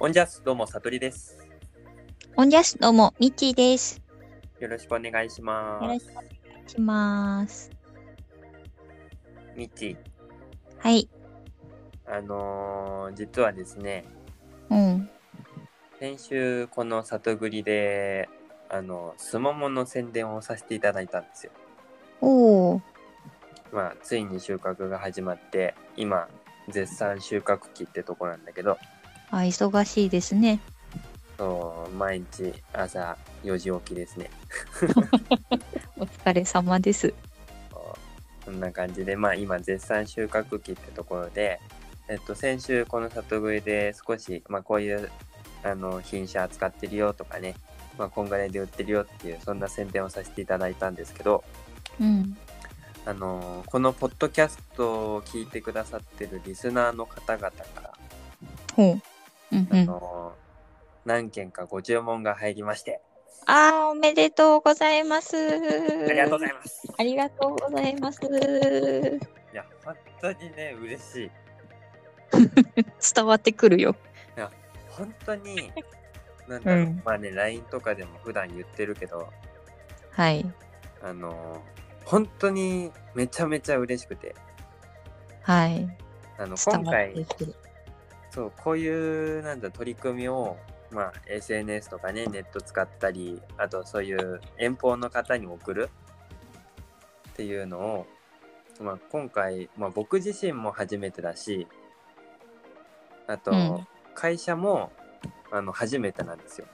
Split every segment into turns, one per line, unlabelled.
オンジャスどうもさとりです。
オンジャスどうも、ミッチーです。
よろしくお願いしま
よろし
す
く。お願いします。
ミッチー、
はい。
あのー実はですね、
うん。
先週この里栗で、あのすももの宣伝をさせていただいたんですよ。
おお。
まあついに収穫が始まって、今絶賛収穫期ってとこなんだけど、
あ、忙しいですね。
そう毎日朝4時起きですね。
お疲れ様です。
こんな感じで、まあ今絶賛収穫期ってところで、えっと先週この里植えで少し、まあこういうあの品種扱ってるよとかね、まあこんぐらいで売ってるよっていうそんな宣伝をさせていただいたんですけど、
うん。
あのこのポッドキャストを聞いてくださってるリスナーの方々から、
ほう。うんう
あ
ん。
の何件かご注文が入りまして、
あー、おめでとうございます。
ありがとうございます。
ありがとうございます。伝
いや、本当にね、嬉しい。
わってくるよ。
本当 に、なんだろう、
うん
まあね、LINE とかでも普段言ってるけど、
はい。
あの本当にめちゃめちゃ嬉しくて
はい。
あの今
伝わって
回
くる。
そうこういうなんだ取り組みを、まあ、SNS とかねネット使ったりあとそういう遠方の方に送るっていうのを、まあ、今回、まあ、僕自身も初めてだしあと、
うん
会社もあの初めてなんですよ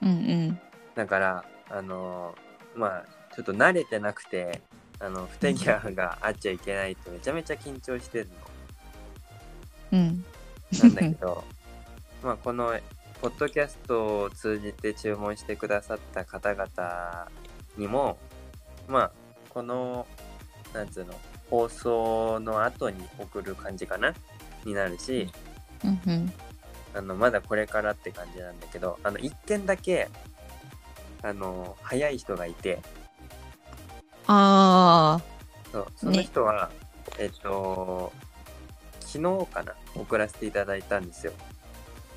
うんうん。
だからあのまあちょっと慣れてなくてあの不手際があっちゃいけないってめちゃめちゃ緊張してる
うん。
のなんだけ どまあこのポッドキャストを通じて注文してくださった方々にもまあこのなんつうの放送の後に送る感じかなになるし
うんうん。
あのまだこれからって感じなんだけどあの1件だけあの早い人がいて。
あ
そうその人は、えっと昨日かな送らせていただいたんですよ。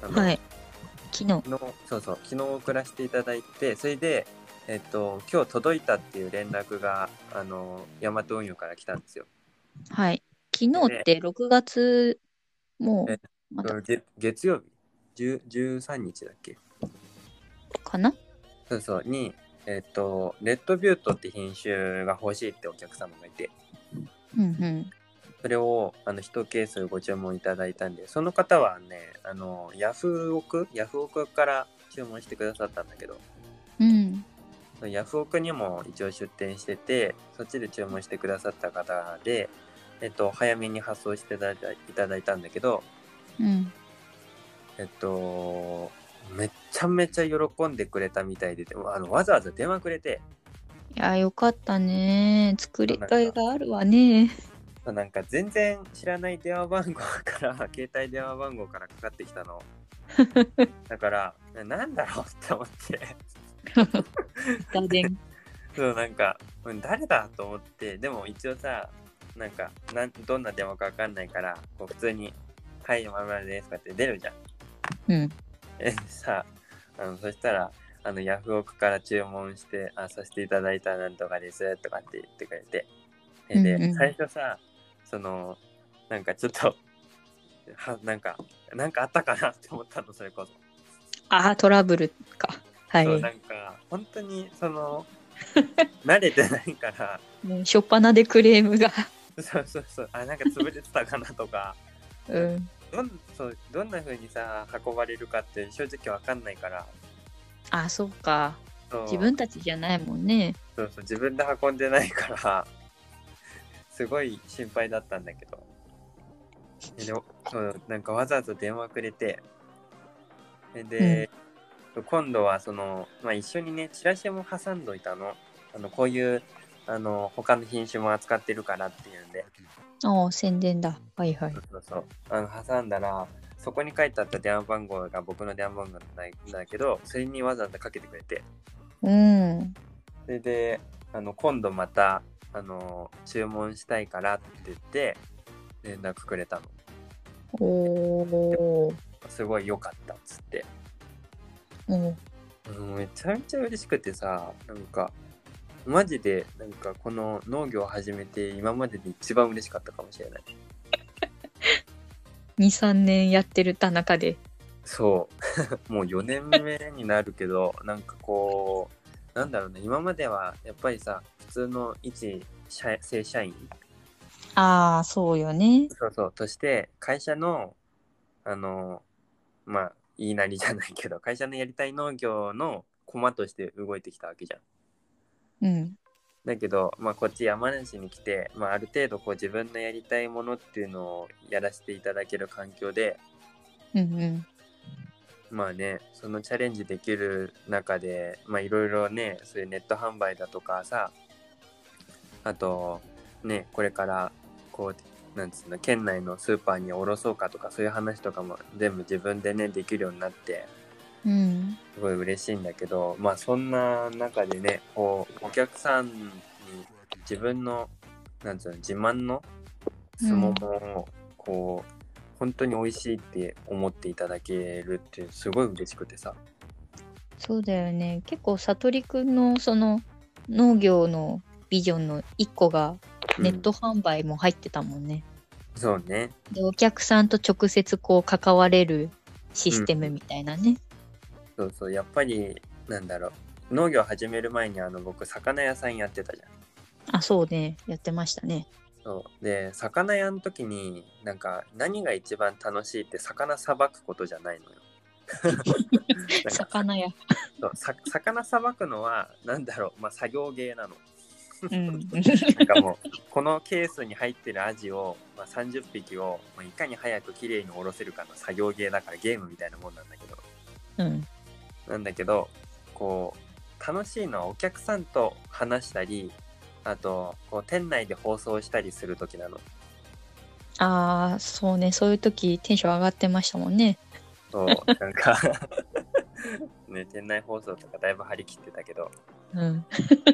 あ
ー。
の
はい。昨日。
昨日そうそう昨日送らせていただいてそれで、えっと、今日届いたっていう連絡があのヤマト運輸から来たんですよ。
はい。昨日って6月、も
え
う、また
月月曜日10 13日だっけ
かな
そうそうに、えっと、レッドビュートって品種が欲しいってお客様がいて
うんうん。
それをあの1ケースご注文いただいたんでその方はねあのヤフオクヤフオクから注文してくださったんだけど
うん。
そのヤフオクにも一応出店しててそっちで注文してくださった方で、えっと、早めに発送していただいたいただいたんだけど
うん。
えっとめちゃめちゃ喜んでくれたみたいででもあのわざわざ電話くれて
いや、よかったね。作りがいがあるわね。
なんか全然知らない電話番号から携帯電話番号からかかってきたのだからなんだろうって思って
ガデン。
そうなんかうん誰だと思ってでも一応さなんかなんどんな電話かわかんないからこう普通に「はいまるまるです」とかって出るじゃん。
うん。
えさあのそしたらあのヤフオクから注文してあさせていただいたなんとかですとかって言ってくれてえで、
うんうん
最初さそのなんかちょっとはなんかなんかあったかなって思ったのそれこそ、
ああ、トラブルか。はい。
そう
も
なんか本当にその慣れてないから
う初っ端でクレームが。
そうそうそうあなんか潰れてたかなとか
うん。
どんそうどんな風にさ運ばれるかって正直わかんないから
ああ、そうか。
そう
自分たちじゃないもんね。
そうそう自分で運んでないから すごい心配だったんだけどででそうなんかわざわざ電話くれてでで、今度はその、まあ、一緒にねチラシも挟んどいたのあのこういうあの他の品種も扱ってるからっていうんで
ああ、宣伝だ。はいはい
そう。そうそうあの挟んだらそこに書いてあった電話番号が僕の電話番号なんだけどそれにわざわざかけてくれて
うん。
それであの今度またあの注文したいからって言って連絡くれたの
おー。
すごい良かったっつって、
おう
うん、めちゃめちゃ嬉しくてさなんかマジでなんかこの農業を始めて今までで一番嬉しかったかもしれない
2、3年やってる田中で。
そうもう4年 目になるけどなんかこうなんだろうね今まではやっぱりさ普通の一社正社員
ああ、そうよね。
そうそうとして会社のあのまあ言いなりじゃないけど会社のやりたい農業の駒として動いてきたわけじゃん。
うん。
だけど、まあ、こっち山梨に来て、まあ、ある程度こう自分のやりたいものっていうのをやらせていただける環境で
うんうん。
まあねそのチャレンジできる中でまあいろいろねそういうネット販売だとかさあとねこれからこうなんつうの県内のスーパーに卸そうかとかそういう話とかも全部自分でねできるようになって
うん。
すごい嬉しいんだけどまあそんな中でねこうお客さんに自分のなんつうの自慢のすももをこう、本当に美味しいって思っていただけるってすごい嬉しくてさ
そうだよね。結構、さとりくんのその農業のビジョンの一個がネット販売も入ってたもんね。
うんそうね
で、お客さんと直接こう関われるシステムみたいなね。
そうそうやっぱりなんだろう農業始める前にあの僕魚屋さんやってたじゃん
あ、そうね。やってましたね。
そうで魚屋の時になんか何が一番楽しいって魚さばくことじゃない のよなんか
魚 屋。
そうさ魚さばくのはなんだろう、まあ、作業芸なの。
うん。
なんかもう このケースに入ってるアジを、まあ、30匹を、まあ、いかに早く綺麗におろせるかの作業芸だからゲームみたいなもんなんだけど
うん。
なんだけどこう楽しいのはお客さんと話したりあとこう店内で放送したりする時なの。
ああ、そうね。そういう時テンション上がってましたもんね。
そうなんかね店内放送とかだいぶ張り切ってたけど
うん。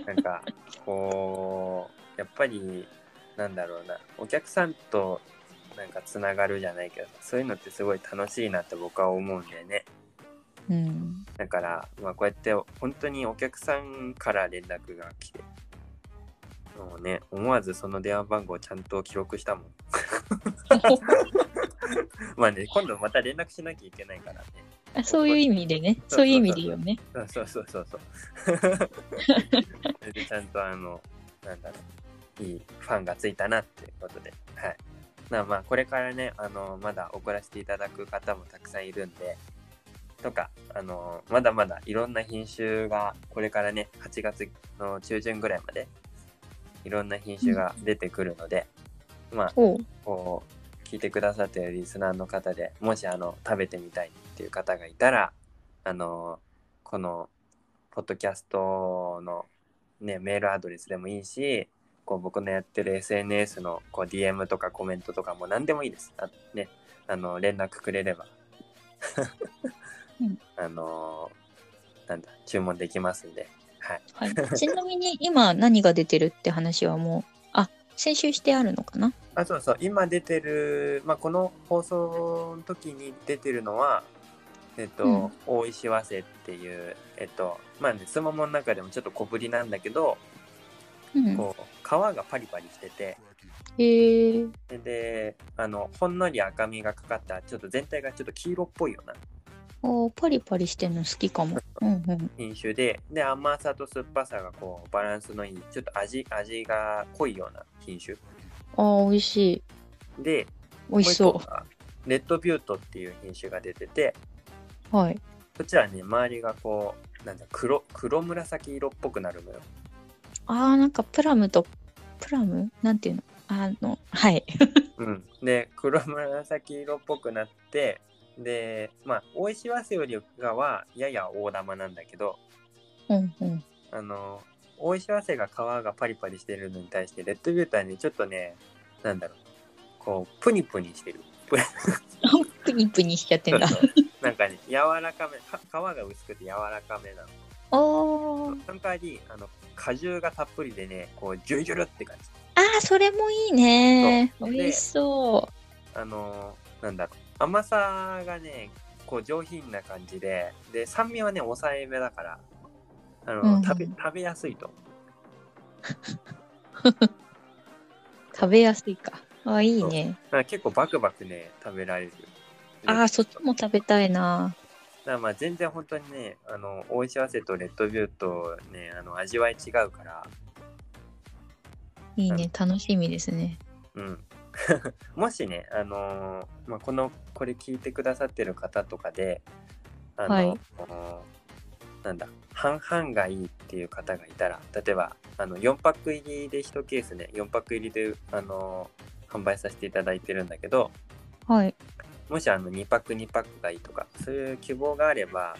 なんかこうやっぱりなんだろうなお客さんとなんかつながるじゃないけどそういうのってすごい楽しいなって僕は思うんだよね
うん。
だから、まあ、こうやって本当にお客さんから連絡が来てもうね思わずその電話番号をちゃんと記録したもん まあね今度また連絡しなきゃいけないからね
あそういう意味でね。そういう意味でいいよ ね。
そうそうそうそうそう。それでちゃんとあの、なんだろう、いいファンがついたなっていうことで、はい。まあまあ、これからね、あの、まだ送らせていただく方もたくさんいるんで、とか、あの、まだまだいろんな品種が、これからね、8月の中旬ぐらいまで、いろんな品種が出てくるので、まあ、
おう
こう聞いてくださってるリスナーの方でもしあの食べてみたいっていう方がいたらあのこのポッドキャストの、ね、メールアドレスでもいいしこう僕のやってる SNS のこう DM とかコメントとかも何でもいいです。あね、あの連絡くれれば、
うん
あのなんだ注文できますんで、はい、
はい、ちなみに今何が出てるって話はもうあ先週してあるのかな
あそうそう今出てる、まあ、この放送の時に出てるのは、えっと
うん
大石和瀬っていう、えっとまあね、すももの中でもちょっと小ぶりなんだけど、
うん
こう皮がパリパリしてて
えー、
であのほんのり赤みがかかったちょっと全体がちょっと黄色っぽいような
おパリパリしてるの好きかもうんうん
品種でで甘さと酸っぱさがこうバランスのいいちょっと味味が濃いような品種
あー美味しい
で
美味し
もう
そ
一個がレッドビュートっていう品種が出てて
うはい
こっちはね、周りがこう、なんだ、黒、黒紫色っぽくなるのよ。
あーなんかプラムとプラムなんていうのあのはい
うん。で、黒紫色っぽくなって、で、まあ、大石早生よりかは、やや大玉なんだけど、
うんうん
あの、大石早生が皮がパリパリしてるのに対して、レッドビューターね、ちょっとね、なんだろう、こう、プニプニしてる。プニ
プニプニしちゃって んだ
なんかね、柔らかめ、か皮が薄くて柔らかめなの。
おー
その代わり、あの、果汁がたっぷりでね、こう、ジュルジュルって感じ。
あーそれもいいね
そう
美味しそ
あのーなんだろう甘さがねこう上品な感じで、で、酸味はね、抑えめだから、あの、
うんうん
食べ、食べやすいと。
食べやすいか。あ、いいね。
だから結構バクバクね、食べられる。
あー、そっちも食べたいな。
だからまあ全然本当にね、あの、大石合わせとレッドビューとね、あの、味わい違うから、
いいね。楽しみですね。
うん。 もしね、あのーまあ、この、これ聞いてくださってる方とかで、あの
はい
なんだ、半々がいいっていう方がいたら、例えば、あの、4パック入りで1ケースね、4パック入りで、あのー販売させていただいてるんだけど、
はい。
もしあの2パック2パックがいいとかそういう希望があれば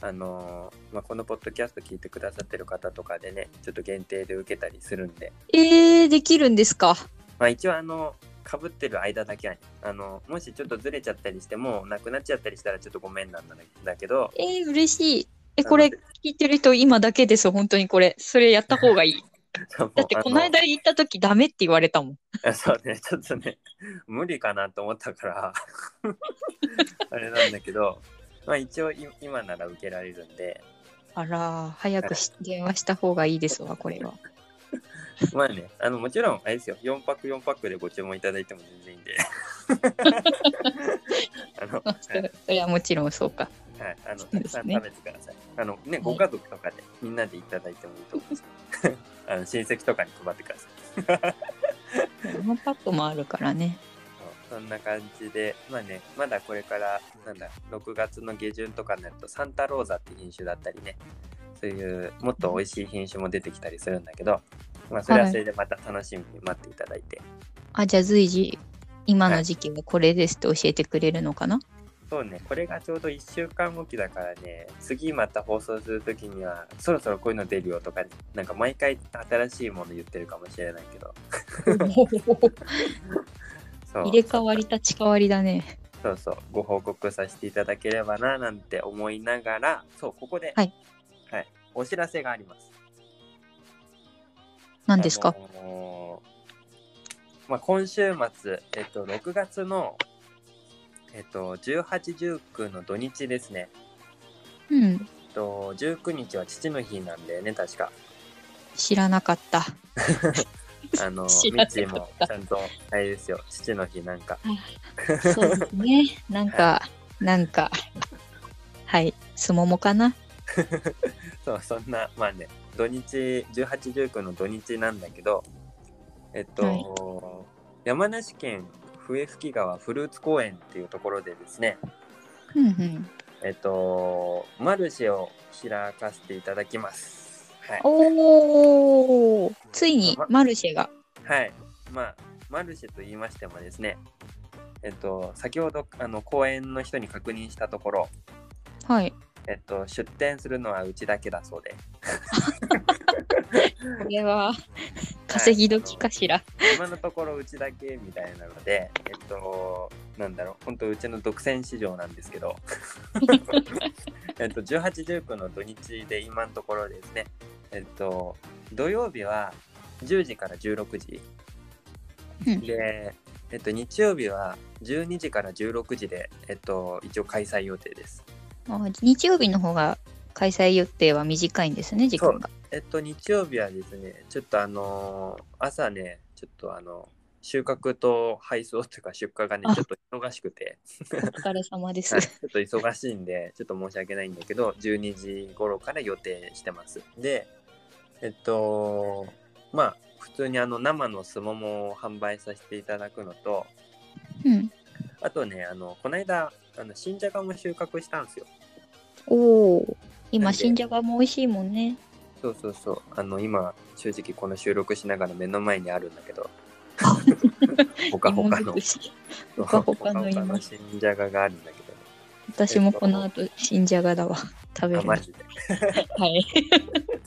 あのーまあ、このポッドキャスト聞いてくださってる方とかでねちょっと限定で受けたりするんで、
えー、できるんですか。
まあ、一応あのかぶってる間だけはあのもしちょっとずれちゃったりしてもうなくなっちゃったりしたらちょっとごめんなんだけど
えー、嬉しい。え、
なので
これ聞いてる人今だけです。本当にこれ。それやった方がいい。だってこの間行った時ダメって言われたもん。
あそうね、ちょっとね、無理かなと思ったから、 あれなんだけど、まあ一応い今なら受けられるんで、
あらー、早くし電話した方がいいですわ、これは。
まあね、あのもちろん、あれですよ、4パック4パックでご注文いただいても全然いいん で。あの、は
そ
い、はい
れそれはもちろんそうか。
あの、
そう
た
です
くさ
ね
ん食べてください。あのね、
い
ご家族とかで、みんなでいただいてもいいと思うんです けどあの親戚とかに配ってください。
ワンパックもあるからね。
そうそんな感じで、まあね、まだこれから、なんだ、6月の下旬とかになると、サンタローザって品種だったりね、そういう、もっと美味しい品種も出てきたりするんだけど、まあ、それはそれでまた楽しみに待っていただいて、
あ、じゃあ随時、今の時期はこれですって教えてくれるのかな、
そうね、これがちょうど1週間後期だからね、次また放送するときには、そろそろこういうの出るよとか、なんか毎回新しいもの言ってるかもしれないけど、そう
入れ替わり立ち替わりだね。
そうそう、ご報告させていただければな、なんて思いながら、そう、ここで、
はい
はい。お知らせがあります。
何ですか、
あのーまあ、今週末、えっと、6月の、えっと、18、19の土日ですね。
うん。
えっと、19日は父の日なんだよね、確か。
知らなかった。
あの、
知
ミ
らな
ッ
かった
チーもちゃんと、あれですよ、父の日なんか。
そうですね。なんか、なんか、はい、すももかな。
そう、そんな、まあね、土日、18、19の土日なんだけど、えっと、
はい
山梨県笛吹川フルーツ公園っていうところでですね、
うんうん。
えっと、マルシェを開かせていただきます。はい。
おお、ついにマルシェが。
はい。まあ、マルシェと言いましてもですね、えっと、先ほど、あの、公園の人に確認したところ、
はい。
えっと、出店するのはうちだけだそうで、
これは、稼ぎ時かしら。
今のところうちだけみたいなので、えっと、なんだろう、本当うちの独占市場なんです けど、えっと、18、19の土日で今のところですね、えっと、土曜日は10時から16時、
うん
で、えっと、日曜日は12時から16時で、えっと、一応開催予定です。
あ日曜日の方が開催予定は短いんですね、時間が。
えっと、日曜日はですね、ちょっとあのー朝ね、ちょっとあの、収穫と配送というか出荷がね、
あ
ちょっと忙しくて、
お疲れ様です
はい。ちょっと忙しいんで、ちょっと申し訳ないんだけど、12時頃から予定してます。で、えっと、まあ、普通にあの、生のすももを販売させていただくのと、
うん。
あとね、あの、この間、あの、新じゃがも収穫したんですよ。
おお、
な
今
んで
新じゃがも美味しいもんね。
そうそうそう。あの、今、正直この収録しながら目の前にあるんだけど、ほかほかの
芋、尽くしほかほか の今
ほかほかの新じゃががあるんだけど、
私もこの後新じゃがだわ。食べ
あ、
るの。
マ
は
ジで。
い。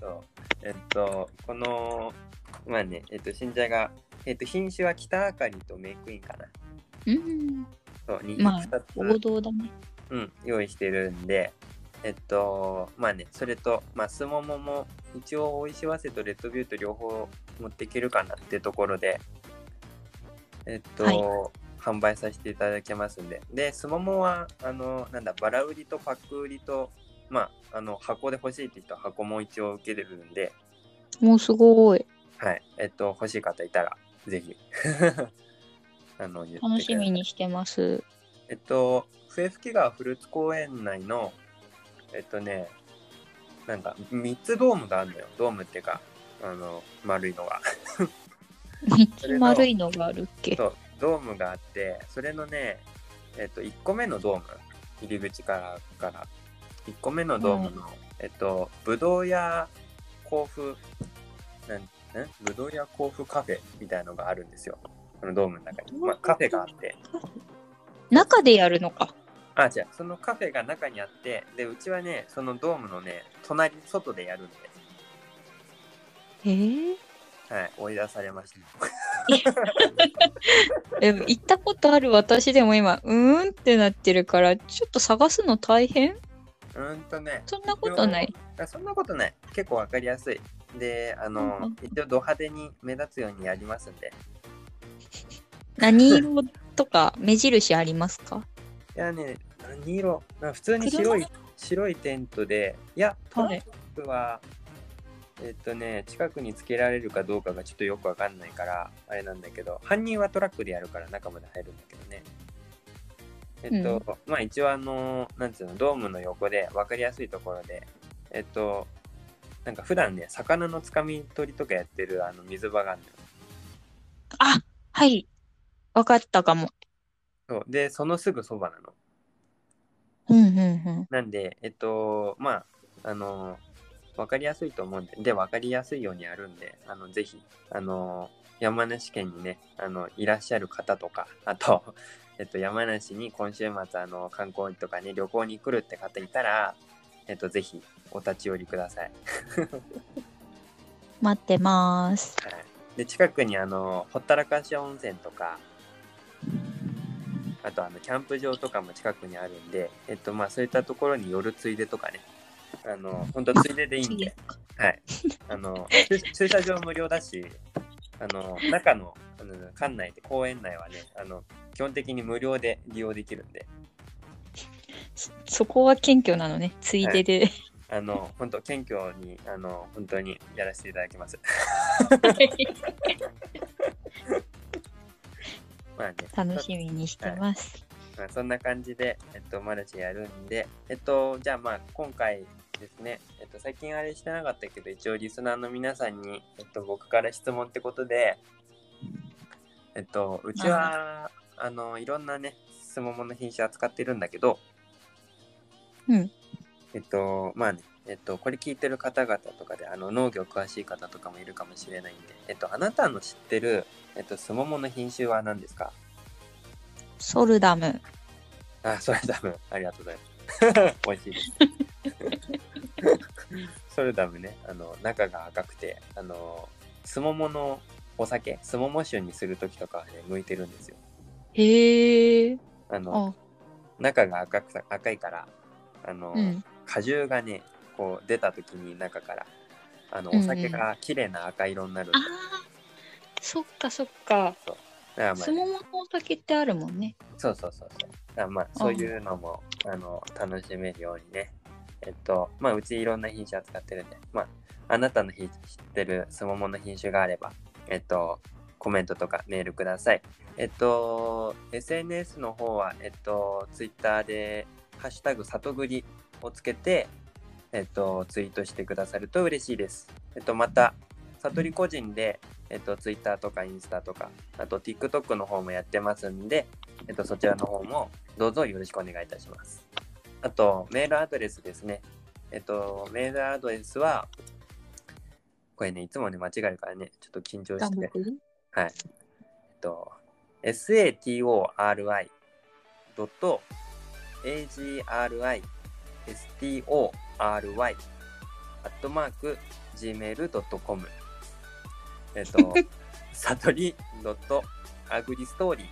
そうえっと、この、まあね、えっと、新じゃが、えっと、品種は北あかりとメイクインかな。
うん。
そう、に
まあ
二つ
王道だね。
うん、用意してるんで、えっと、まあね、それと、まあ、スモモも、一応、おいしわせとレッドビューと両方持っていけるかなってところで、えっと、
はい
販売させていただけますんで。で、すももは、あの、なんだ、バラ売りとパック売りと、まあ、あの、箱で欲しいって人は箱も一応受けれるんで、
もうすごい。
はい。えっと、欲しい方いたら、ぜひ。 あの、言ってください
楽しみにしてます。
えっと、笛吹川フルーツ公園内の、えっとね、なんか3つドームがあるのよ。ドームっていうか、あの、丸いのが。
三つ丸いのがあるっ け。
そう、ドームがあって、それのね、えっと、1個目のドーム、入り口から、から、1個目のドームの、えっと、ぶどうや甲府、なん、んぶどうや甲府カフェみたいのがあるんですよ。そのドームの中に。まあ、カフェがあって。
中でやるのか。
あ、違う。そのカフェが中にあって、で、うちはね、そのドームのね、隣、外でやるんで、
えー、
はい、追い出されました。
でも行ったことある私でも今うーんってなってるからちょっと探すの大変
うーんとね、
そんなことない
あそんなことない。結構わかりやすい。で、あ
うんう
の
ん、
一応ド派手に目立つようにやりますんで。
何色とか目印ありますか
いやね、何色な普通に白い
黒、
白いテントで、いや、ト
は
ラ
い
ンプは、えっとね、近くにつけられるかどうかがちょっとよくわかんないから、あれなんだけど、犯人はトラックでやるから中まで入るんだけどね。えっと、まあ一応あの、なんつうの、ドームの横で分かりやすいところで、えっと、なんか普段ね、魚のつかみ取りとかやってるあの水場があるのよ
あはい分かったかも
そう。で、そのすぐそばなの。
うんうんうん
なんで、えっと、まあ、あの、わかりやすいと思うんで、で、わかりやすいようにやるんで、あの、ぜひ、あの、山梨県にね、あの、いらっしゃる方とか、あと、 えっと、山梨に今週末、あの、観光とかね、旅行に来るって方いたら、えっと、ぜひ、お立ち寄りください。
待ってます
はいで、近くに、あの、ほったらかし温泉とか、あと、あの、キャンプ場とかも近くにあるんで、えっと、まあ、そういったところに寄るついでとかね、あの、ほんとついででいいん
次
で
で、すか
はい。あの、駐駐車場無料だし、あの、中の、あの館内で、公園内はね、あの、基本的に無料で利用できるんで、
そそこは謙虚なのねついでで、
あの、本当謙虚に、あの、本当にやらせていただきます。まあね、
楽しみにしてます
まあ、そんな感じで、えっと、マルチやるんで、えっと、じゃあまあ、今回ですね、えっと、最近あれしてなかったけど、一応リスナーの皆さんに、えっと、僕から質問ってことで、えっと、うちは、あの、いろんなね、すももの品種扱ってるんだけど、
うん
えっと、まあね、えっと、これ聞いてる方々とかで、あの、農業詳しい方とかもいるかもしれないんで、えっと、あなたの知ってる、えっと、すももの品種は何ですか
ソルダム
あ、それダム。ありがとうございます。 美味しいです。ソルダムね、あの、中が赤くて、あの、すもものお酒、すもも酒にするときとかはね、向いてるんですよ。
へえ
あの、
あ
中が赤くさ赤いから、あの、
うん
果汁がね、こう出たときに中から、あの、
うんう
お
ん
酒が綺麗な赤色になるん
あ
だ。
ーそっかそっか
だからまあ
すもものお酒ってあるもんね
そうそうそうそう。あまあ、そういうのも、あの、楽しめるようにね。えっと、まあ、うちいろんな品種扱ってるんで、まあ、あなたの品知ってるすももの品種があれば、えっと、コメントとかメールください。えっと、SNS の方は、えっと、Twitter で、ハッシュタグ、里栗をつけて、えっと、ツイートしてくださると嬉しいです。えっと、また、悟り個人で、えっと、Twitter とかインスタとか、あと TikTok の方もやってますんで、えっと、そちらの方もどうぞよろしくお願いいたします。あと、メールアドレスですね。えっと、メールアドレスは、これね、いつもね、間違えるからね、ちょっと緊張して、えっと、satori.agristory アットマーク gmail.com えっ と、サトリドットアグリストーリー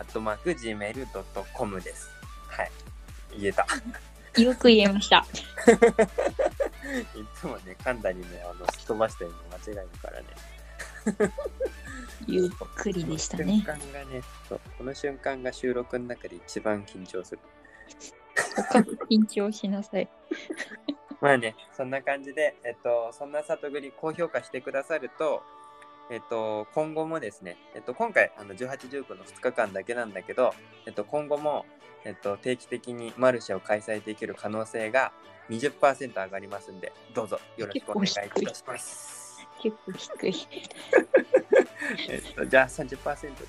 アットマーク gmail.com です。はい。言えた。
よく言えまし
い
た
つもね、噛んだりね、あの、すっ飛ばしたりね間違えるからね。
ゆっくりでした
この瞬
ね。
間がねそうこの瞬間が収録の中で一番緊張する
他緊張しなさい。
まあね、そんな感じで、えっと、そんな里栗高評価してくださると、えっと、今後もですね、えっと、今回、あの、18、19の2日間だけなんだけど、えっと、今後も、えっと、定期的にマルシェを開催できる可能性が20%上がりますんで、どうぞよろしくお願いいたします。
結構低い。
えっと、じゃあ30%。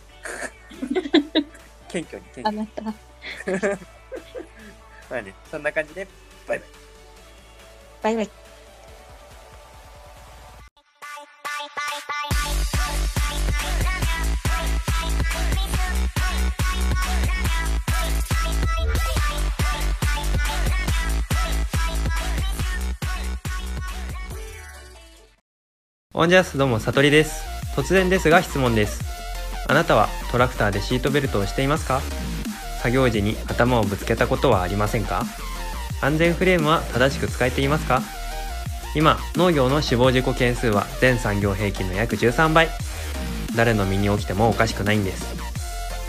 謙虚に謙虚
あ
に。
なた。
まあね、そんな感じで、バイバイ。
バイバイ。
オンジャースどうも、さとりです。突然ですが質問です。あなたはトラクターでシートベルトをしていますか作業時に頭をぶつけたことはありませんか安全フレームは正しく使えていますか今、農業の死亡事故件数は全産業平均の約13倍。誰の身に起きてもおかしくないんです。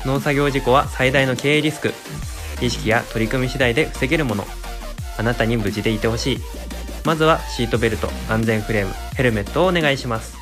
農作業事故は最大の経営リスク。意識や取り組み次第で防げるもの。あなたに無事でいてほしい。まずはシートベルト、安全フレーム、ヘルメットをお願いします。